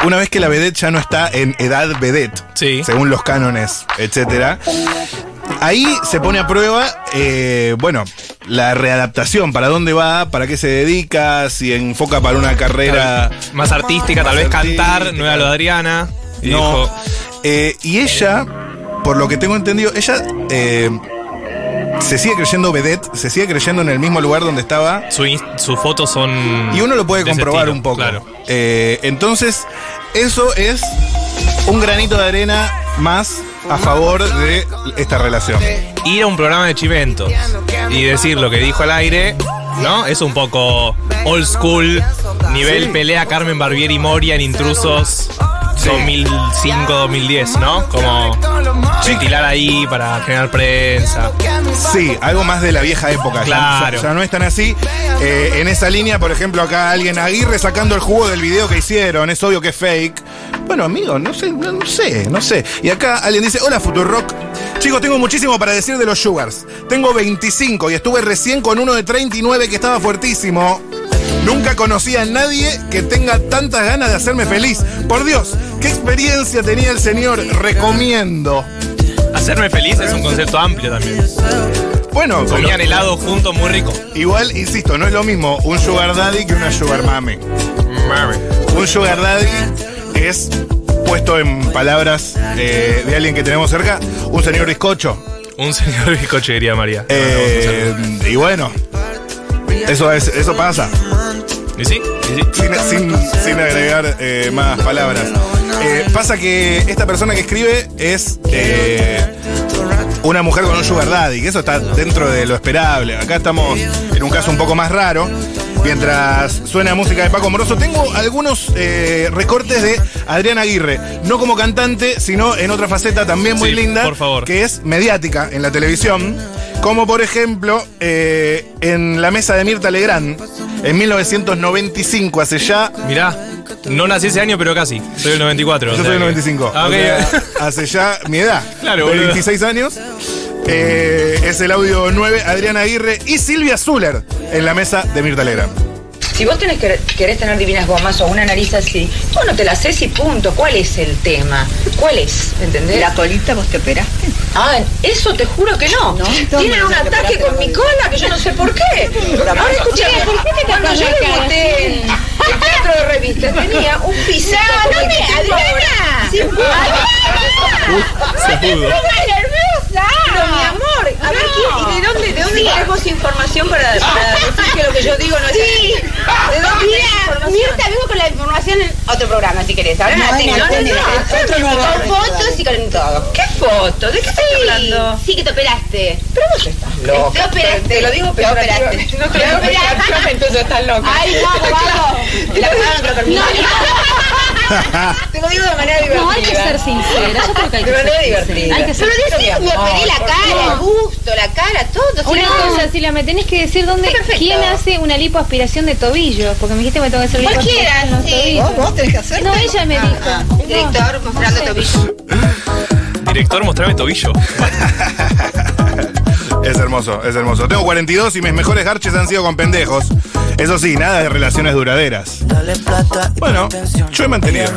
[SPEAKER 3] una vez que la vedette ya no está en edad vedette, según los cánones, etcétera, ahí se pone a prueba, eh, bueno, la readaptación, para dónde va, para qué se dedica, si enfoca para una carrera
[SPEAKER 1] Más artística, tal vez cantar, no era lo de Adriana. Y
[SPEAKER 3] no.
[SPEAKER 1] dijo,
[SPEAKER 3] Eh, y ella, por lo que tengo entendido, ella eh, se sigue creyendo vedette, se sigue creyendo en el mismo lugar donde estaba.
[SPEAKER 1] su in- sus fotos son.
[SPEAKER 3] Y uno lo puede
[SPEAKER 1] de ese
[SPEAKER 3] comprobar
[SPEAKER 1] estilo,
[SPEAKER 3] un poco.
[SPEAKER 1] Claro.
[SPEAKER 3] Eh, entonces, eso es un granito de arena más a favor de esta relación.
[SPEAKER 1] Ir a un programa de Chimento y decir lo que dijo al aire, ¿no? Es un poco old school, nivel
[SPEAKER 3] Sí.
[SPEAKER 1] pelea Carmen Barbieri Moria en Intrusos 2005-2010, ¿no? Como ventilar ahí para generar prensa.
[SPEAKER 3] Sí, algo más de la vieja época. ya-
[SPEAKER 1] Claro.
[SPEAKER 3] Ya, no es tan así. Eh, en esa línea, por ejemplo, acá alguien Aguirre sacando el jugo del video que hicieron. Es obvio que es fake. Bueno, amigo, no sé, no, no sé, no sé. Y acá alguien dice, hola Futurock. Chicos, tengo muchísimo para decir de los Sugars. Tengo 25 y estuve recién con uno de 39 que estaba fuertísimo. Nunca conocí a nadie que tenga tantas ganas de hacerme feliz. Por Dios, qué experiencia tenía el señor. Recomiendo.
[SPEAKER 1] Hacerme feliz es un concepto amplio también.
[SPEAKER 3] Bueno,
[SPEAKER 1] Comían
[SPEAKER 3] lo-
[SPEAKER 1] helado juntos, muy rico.
[SPEAKER 3] Igual, insisto, no es lo mismo un sugar daddy que una sugar mami. Un sugar daddy es, puesto en palabras eh, de alguien que tenemos cerca, un señor bizcocho.
[SPEAKER 1] Un señor bizcocho, diría María.
[SPEAKER 3] Eh, y bueno, eso, es, eso pasa.
[SPEAKER 1] ¿Y sí?
[SPEAKER 3] Sin, sin- sin agregar eh, más palabras. Eh, pasa que esta persona que escribe es eh, una mujer con un sugar daddy, que eso está dentro de lo esperable. Acá estamos en un caso un poco más raro. Mientras suena música de Paco Moroso, tengo algunos eh, recortes de Adrián Aguirre, no como cantante, sino en otra faceta también muy
[SPEAKER 1] Sí,
[SPEAKER 3] linda,
[SPEAKER 1] por favor.
[SPEAKER 3] que es mediática en la televisión, como por ejemplo eh, en la mesa de Mirta Legrand en 1995, hace ya
[SPEAKER 1] Mirá, no nací ese año, pero casi. Soy el 94. o
[SPEAKER 3] yo
[SPEAKER 1] sea
[SPEAKER 3] soy
[SPEAKER 1] que-
[SPEAKER 3] el 95.
[SPEAKER 1] Ah,
[SPEAKER 3] o
[SPEAKER 1] ok.
[SPEAKER 3] sea, hace ya mi edad.
[SPEAKER 1] Claro,
[SPEAKER 3] de
[SPEAKER 1] boludo.
[SPEAKER 3] 26 años. Eh, es el audio 9, Adriana Aguirre y Silvia Zuller en la mesa de Mirta Legrand.
[SPEAKER 18] Si vos tenés que, querés tener divinas gomas o una nariz así, vos no te la haces y punto. ¿Cuál es el tema? ¿Cuál es? ¿Entendés?
[SPEAKER 19] ¿La colita vos te operaste?
[SPEAKER 18] Ah, eso te juro que no. Tienen un ataque con mi cola que yo no sé por qué. Ahora escuchame, ¿por qué te cuando yo
[SPEAKER 19] la
[SPEAKER 18] le
[SPEAKER 19] cara
[SPEAKER 18] boté en el teatro de revistas tenía un pisito
[SPEAKER 19] No, no
[SPEAKER 18] como el
[SPEAKER 19] me-
[SPEAKER 18] que tengo
[SPEAKER 19] Adriana.
[SPEAKER 18] ahora.
[SPEAKER 19] Sí,
[SPEAKER 18] Adriana.
[SPEAKER 19] se pudo.
[SPEAKER 18] hermosa! Pero mi amor, a ver, ¿quién- y ¿de dónde, de dónde
[SPEAKER 19] Sí.
[SPEAKER 18] traes vos información para, para decir que lo que yo digo no es
[SPEAKER 19] Sí.
[SPEAKER 18] ¿De dónde
[SPEAKER 19] Mira,
[SPEAKER 18] traes información?
[SPEAKER 19] Mirta, vengo con la información en otro programa, si querés. Ahora
[SPEAKER 18] No,
[SPEAKER 19] la
[SPEAKER 18] en
[SPEAKER 19] tengo.
[SPEAKER 18] el otro, en el otro.
[SPEAKER 19] con fotos y con todo.
[SPEAKER 18] ¿Qué foto? ¿De qué estás
[SPEAKER 19] Sí,
[SPEAKER 18] hablando?
[SPEAKER 19] Sí, que te operaste.
[SPEAKER 18] Pero vos estás loca.
[SPEAKER 19] Te operaste.
[SPEAKER 18] Te lo digo
[SPEAKER 19] Te operaste.
[SPEAKER 18] peyorativamente. No te lo digo
[SPEAKER 19] Te operaste.
[SPEAKER 18] peyorativamente, entonces estás loca.
[SPEAKER 19] Ay, no,
[SPEAKER 18] Claro.
[SPEAKER 19] guapo.
[SPEAKER 18] La verdad no te lo permito. Te lo digo de manera divertida.
[SPEAKER 19] No, hay que ser sincera, yo creo que hay que
[SPEAKER 18] De
[SPEAKER 19] ser
[SPEAKER 18] manera
[SPEAKER 19] sincera.
[SPEAKER 18] divertida.
[SPEAKER 19] Hay que ser- Pero decime,
[SPEAKER 18] mi
[SPEAKER 19] me
[SPEAKER 18] amor,
[SPEAKER 19] operé la
[SPEAKER 18] por
[SPEAKER 19] cara,
[SPEAKER 18] favor.
[SPEAKER 19] el gusto, la cara, todo.
[SPEAKER 20] Una cosa, Silvia, me tenés que decir dónde quién hace una lipoaspiración de tobillos, porque me dijiste que me tengo que hacer
[SPEAKER 19] Vos
[SPEAKER 20] lipoaspiración
[SPEAKER 19] quieras,
[SPEAKER 20] de los
[SPEAKER 19] sí.
[SPEAKER 20] tobillos.
[SPEAKER 19] Vos- vos tenés que hacerte.
[SPEAKER 20] No, ella me
[SPEAKER 19] Ah,
[SPEAKER 20] dijo.
[SPEAKER 19] ah.
[SPEAKER 20] No.
[SPEAKER 19] Director
[SPEAKER 20] No
[SPEAKER 19] mostrando
[SPEAKER 20] sé.
[SPEAKER 19] tobillo.
[SPEAKER 1] Director, mostrame tobillo.
[SPEAKER 3] Es hermoso, es hermoso. Tengo 42 y mis mejores garches han sido con pendejos. Eso sí, nada de relaciones duraderas. Bueno, yo he mantenido.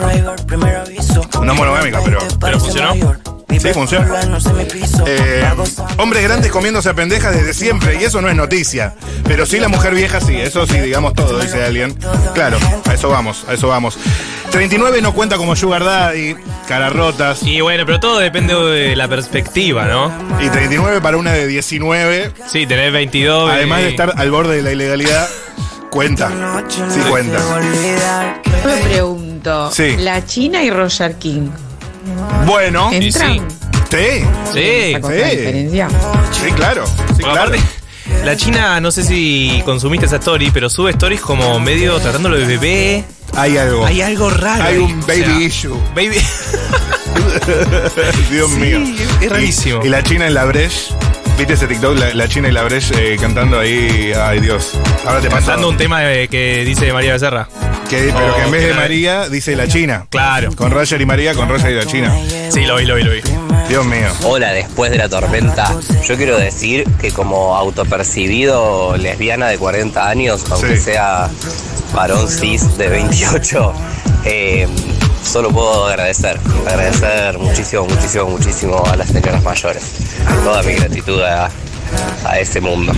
[SPEAKER 3] Una monogámica, pero. ¿Pero funcionó? Sí, funcionó. Eh, hombres grandes comiéndose a pendejas desde siempre, y eso no es noticia. Pero sí la mujer vieja, sí, eso sí, digamos todo, dice alguien. Claro, a eso vamos, a eso vamos. 39 no cuenta como Sugar Daddy, cara rotas.
[SPEAKER 1] Y bueno, pero todo depende de la perspectiva, ¿no?
[SPEAKER 3] Y 39 para una de 19.
[SPEAKER 1] Sí, tenés 22.
[SPEAKER 3] Además de
[SPEAKER 1] eh,
[SPEAKER 3] estar al borde de la ilegalidad, cuenta. Sí, cuenta.
[SPEAKER 12] Yo me pregunto,
[SPEAKER 3] Sí.
[SPEAKER 12] la China y Roger King.
[SPEAKER 3] Bueno,
[SPEAKER 1] ¿Eh?
[SPEAKER 12] ¿Entran?
[SPEAKER 3] Sí.
[SPEAKER 1] Sí,
[SPEAKER 12] Esa cosa de diferencia.
[SPEAKER 3] Sí, claro.
[SPEAKER 1] Bueno, aparte, la China, no sé si consumiste esa story, pero sube stories como medio tratándolo de bebé.
[SPEAKER 3] Hay algo.
[SPEAKER 1] Hay algo raro.
[SPEAKER 3] Oh. Hay
[SPEAKER 1] ahí,
[SPEAKER 3] un
[SPEAKER 1] o sea,
[SPEAKER 3] baby issue.
[SPEAKER 1] Baby.
[SPEAKER 3] Dios mío.
[SPEAKER 1] es rarísimo.
[SPEAKER 3] Y, y la China en la Breche. ¿Viste ese TikTok? La, la China y la Breche eh, cantando ahí. Ay, Dios. Ahora te pasó.
[SPEAKER 1] Pasando un tema de- que dice María Becerra.
[SPEAKER 3] Que, pero
[SPEAKER 1] Oh,
[SPEAKER 3] que en vez
[SPEAKER 1] que
[SPEAKER 3] de
[SPEAKER 1] la-
[SPEAKER 3] María dice la China.
[SPEAKER 1] Claro.
[SPEAKER 3] Con Roger y María, con Roger y la China.
[SPEAKER 1] Sí, lo vi, lo vi, lo vi.
[SPEAKER 3] Dios mío.
[SPEAKER 21] Hola, después de la tormenta. Yo quiero decir que como autopercibido lesbiana de 40 años, aunque sea varón cis de 28, eh, solo puedo agradecer. Agradecer muchísimo, muchísimo, muchísimo a las señoras mayores. Toda mi gratitud a, a ese mundo.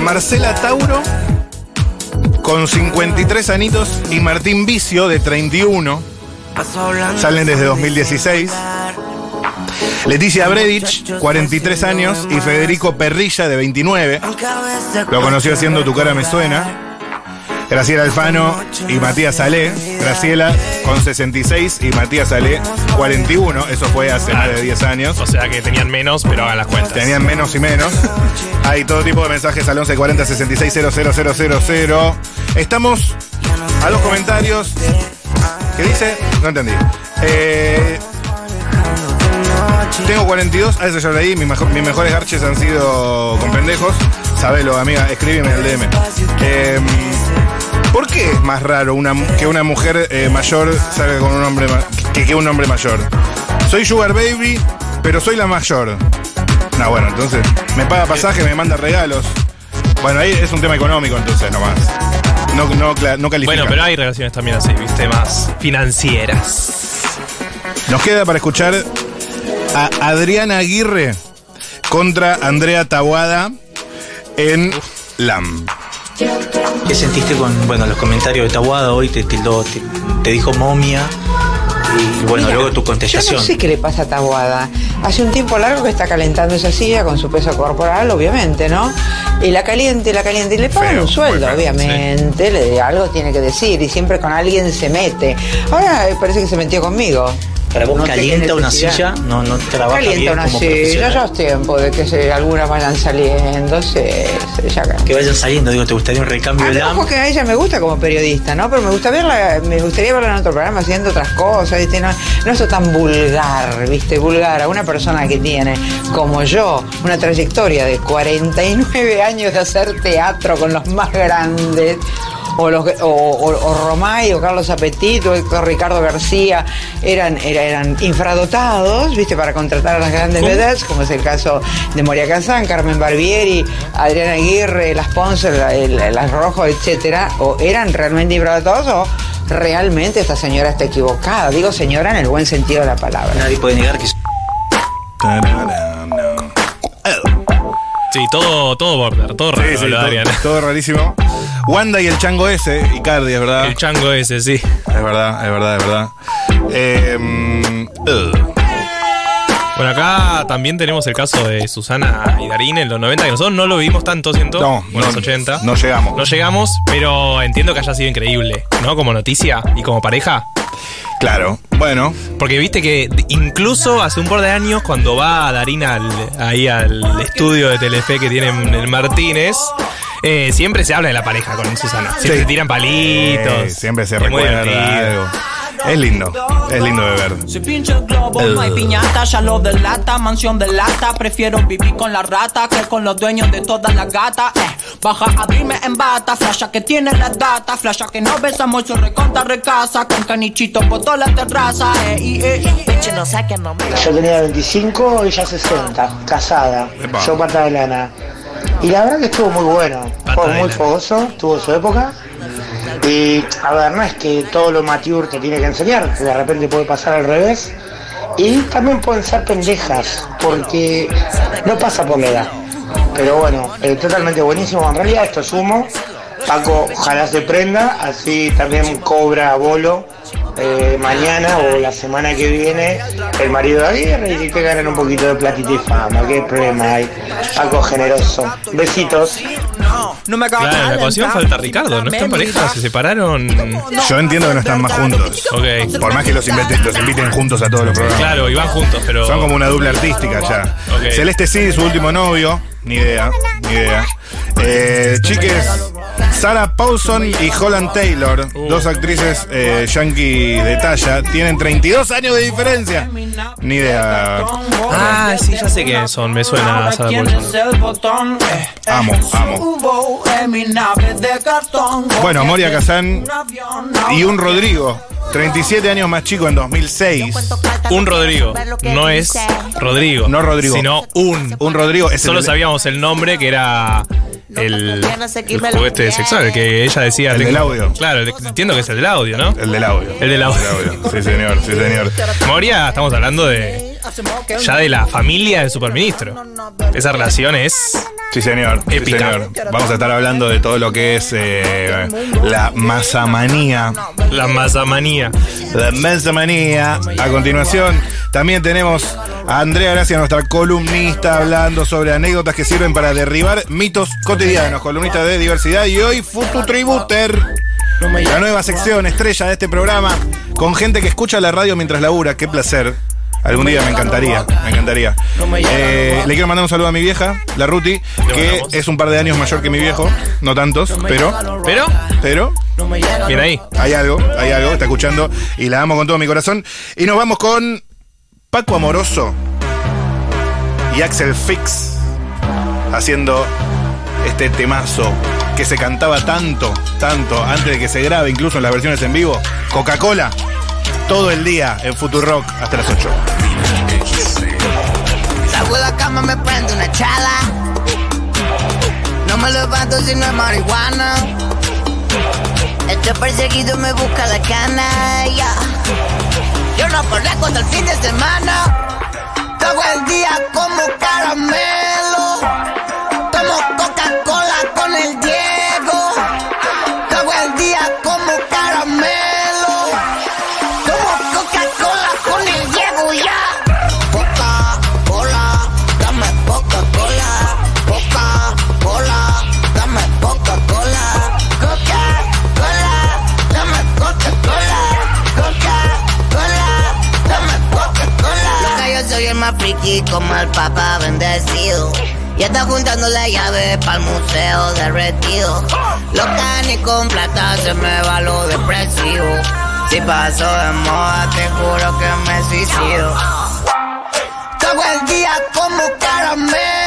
[SPEAKER 3] Marcela Tauro con 53 anitos y Martín Vicio de 31. Salen desde 2016. Leticia Bredich, 43 años, y Federico Perrilla, de 29. Lo conoció haciendo Tu cara me suena. Graciela Alfano y Matías Salé. Graciela con 66 y Matías Salé 41. Eso fue hace más de 10 años.
[SPEAKER 1] O sea que tenían menos, pero hagan las cuentas.
[SPEAKER 3] Tenían menos y menos. Hay todo tipo de mensajes al 1140 000. Estamos a los comentarios. ¿Qué dice? No entendí. Eh, tengo 42, a Ah, eso ya leí. Mis, mejo- mis mejores garches han sido con pendejos. Sabelo, amiga, escríbeme al DM. Eh, ¿Por qué es más raro una, mu- que una mujer eh, mayor salga con un hombre ma- que, que un hombre mayor? Soy Sugar Baby, pero soy la mayor. No, bueno, entonces me paga pasaje, me manda regalos. Bueno, ahí es un tema económico entonces nomás. No, no, cla- no califica.
[SPEAKER 1] Bueno, pero hay relaciones también así, viste, más financieras.
[SPEAKER 3] Nos queda para escuchar a Adriana Aguirre contra Andrea Tabuada en LAM.
[SPEAKER 22] ¿Qué sentiste con bueno, los comentarios de Tabuada hoy? Te tildó, te, te dijo momia. Y bueno,
[SPEAKER 18] Mira,
[SPEAKER 22] luego tu
[SPEAKER 18] Yo
[SPEAKER 22] contestación.
[SPEAKER 18] no sé qué le pasa a Taboada. Hace un tiempo largo que está calentando esa silla con su peso corporal, obviamente, ¿no? Y la caliente, la caliente, y le pagan un sueldo, obviamente, le, algo tiene que decir, y siempre con alguien se mete. Ahora eh, parece que se metió conmigo.
[SPEAKER 22] Para vos
[SPEAKER 18] No sé qué
[SPEAKER 22] calienta una
[SPEAKER 18] necesidad.
[SPEAKER 22] silla, no, no trabaja
[SPEAKER 18] Calienta
[SPEAKER 22] bien
[SPEAKER 18] una
[SPEAKER 22] como
[SPEAKER 18] silla,
[SPEAKER 22] profesional.
[SPEAKER 18] ya es tiempo de que se, algunas vayan saliendo, se, se- ya
[SPEAKER 22] Que vayan saliendo, digo, ¿te gustaría un recambio de
[SPEAKER 18] Ojo
[SPEAKER 22] LAM?
[SPEAKER 18] que a ella me gusta como periodista, ¿no? Pero me gusta verla, me gustaría verla en otro programa haciendo otras cosas, ¿viste? No, no eso tan vulgar, ¿viste? Vulgar a una persona que tiene, como yo, una trayectoria de 49 años de hacer teatro con los más grandes. O, los, o, o- o Romay, o Carlos Apetit, o Héctor Ricardo García, eran, era- eran infradotados, ¿viste? Para contratar a las grandes vedettes, como es el caso de Moria Kazán, Carmen Barbieri, Adriana Aguirre, las Ponce, la- el- las Rojo, etcétera, o eran realmente infradotados o realmente esta señora está equivocada. Digo señora en el buen sentido de la palabra.
[SPEAKER 22] Nadie puede negar que
[SPEAKER 1] Sí, todo, todo border, todo raro,
[SPEAKER 3] sí,
[SPEAKER 1] lo
[SPEAKER 3] todo-
[SPEAKER 1] darían.
[SPEAKER 3] Todo rarísimo. Wanda y el chango ese, Icardi, es verdad. El
[SPEAKER 1] chango ese, sí.
[SPEAKER 3] Es verdad, es verdad, es verdad. Eh, mm, ugh.
[SPEAKER 1] Bueno, acá también tenemos el caso de Susana y Darín en los 90, que nosotros no lo vivimos tanto, siento.
[SPEAKER 3] uh, No,
[SPEAKER 1] en los
[SPEAKER 3] no,
[SPEAKER 1] 80.
[SPEAKER 3] no llegamos.
[SPEAKER 1] No llegamos, pero entiendo que haya sido increíble, ¿no? Como noticia y como pareja.
[SPEAKER 3] Claro, bueno.
[SPEAKER 1] Porque viste que incluso hace un par de años, cuando va Darín al, ahí al estudio de Telefe que tienen en Martínez, eh, siempre se habla de la pareja con Susana. Siempre
[SPEAKER 3] Sí.
[SPEAKER 1] se tiran palitos.
[SPEAKER 3] Eh, siempre se
[SPEAKER 1] Es muy
[SPEAKER 3] recuerda
[SPEAKER 1] divertido.
[SPEAKER 3] algo. Es lindo, es lindo de ver.
[SPEAKER 18] Se pincha el globo, no hay
[SPEAKER 3] Eh.
[SPEAKER 18] piñata, ya lo delata, mansión de lata. Prefiero vivir con la rata que con los dueños de todas las gatas. eh. Baja a Dime en bata, flasha que tiene la data, flasha que no besamos, yo reconta recasa, con canichito por toda la terraza. Eh, y, eh, no
[SPEAKER 6] Yo tenía 25, ella 60, casada.
[SPEAKER 18] Epa.
[SPEAKER 6] Yo pata de lana. Y la verdad que estuvo muy bueno. Fue muy fogoso, tuvo su época. Y a ver, no es que todo lo mature te tiene que enseñar, de repente puede pasar al revés. Y también pueden ser pendejas, porque no pasa por la edad. Pero bueno, eh, totalmente buenísimo. En realidad esto es humo. Paco, ojalá se prenda, así también cobra bolo eh, mañana o la semana que viene el marido de Aguirre y que ganan un poquito de platita y fama. ¿Qué problema hay? Paco generoso. Besitos.
[SPEAKER 18] No me
[SPEAKER 1] Claro, en la ecuación falta Ricardo, ¿no están pareja? ¿Se separaron?
[SPEAKER 3] Yo entiendo que no están más juntos. Por más que los inviten, los inviten juntos a todos los programas.
[SPEAKER 1] Claro, y van juntos, pero.
[SPEAKER 3] Son como una dupla artística ya.
[SPEAKER 1] Ok.
[SPEAKER 3] Celeste sí, su último novio. Ni idea, ni idea. Eh, chiques, Sarah Paulson y Holland Taylor, dos actrices eh, yankee de talla, tienen 32 años de diferencia. Ni idea.
[SPEAKER 1] Ah, sí, ya sé quiénes son, me suena Sarah
[SPEAKER 18] ¿Quién
[SPEAKER 1] Paulson.
[SPEAKER 18] es el botón? Eh,
[SPEAKER 3] Amo, amo.
[SPEAKER 18] Hubo en mi nave de cartón.
[SPEAKER 3] Bueno, Moria Kazán
[SPEAKER 18] Un avión,
[SPEAKER 3] y un Rodrigo, 37 años más chico en 2006.
[SPEAKER 1] Un Rodrigo, no es Rodrigo.
[SPEAKER 3] No Rodrigo.
[SPEAKER 1] Sino un.
[SPEAKER 3] Un Rodrigo es el-
[SPEAKER 1] Solo sabíamos el nombre que era el, el juguete sexual, que ella decía.
[SPEAKER 3] El del
[SPEAKER 1] tengo-
[SPEAKER 3] audio.
[SPEAKER 1] Claro, el- entiendo que es el del audio, ¿no?
[SPEAKER 3] El del audio.
[SPEAKER 1] El del audio.
[SPEAKER 3] Sí, señor, sí, señor.
[SPEAKER 1] Moria, estamos hablando de. Ya de la familia del superministro. Esa relación es.
[SPEAKER 3] Sí, señor. Sí,
[SPEAKER 1] Épica.
[SPEAKER 3] señor. Vamos a estar hablando de todo lo que es eh, la masamanía.
[SPEAKER 1] La masamanía.
[SPEAKER 3] La masamanía. A continuación, también tenemos a Andrea Gracia, nuestra columnista, hablando sobre anécdotas que sirven para derribar mitos cotidianos. Columnista de diversidad y hoy Fututributer. La nueva sección estrella de este programa con gente que escucha la radio mientras labura. Qué placer. Algún día me encantaría, me encantaría. Eh, le quiero mandar un saludo a mi vieja, la Ruti, que es un par de años mayor que mi viejo, no tantos, pero.
[SPEAKER 1] ¿Pero?
[SPEAKER 3] Pero.
[SPEAKER 1] Bien ahí.
[SPEAKER 3] Hay algo, hay algo, está escuchando y la amo con todo mi corazón. Y nos vamos con Paco Amoroso y Axel Fix haciendo este temazo que se cantaba tanto, tanto, antes de que se grabe, incluso en las versiones en vivo, Coca-Cola, todo el día en Futurock hasta las 8.
[SPEAKER 23] Salgo de la cama, me prendo una chala. No me levanto si no es marihuana. Estoy perseguido, me busca la cana. ya. Yo no conozco hasta el fin de semana. Todo el día como caramelo. Tomo Coca-Cola con el Diego. Todo el día como caramelo. Tomo Coca-Cola con el Diego ya. Coca-Cola, dame Coca-Cola. Coca-Cola, dame Coca-Cola. Coca-Cola, dame Coca-Cola. Coca-Cola, dame Coca-Cola. Loca, yo soy el más friki como el papá bendecido. Y está juntando la llave para el museo derretido. Loca, ni con plata se me va lo depresivo. Si paso de moda, te juro que me suicido. Todo el día como caramelo.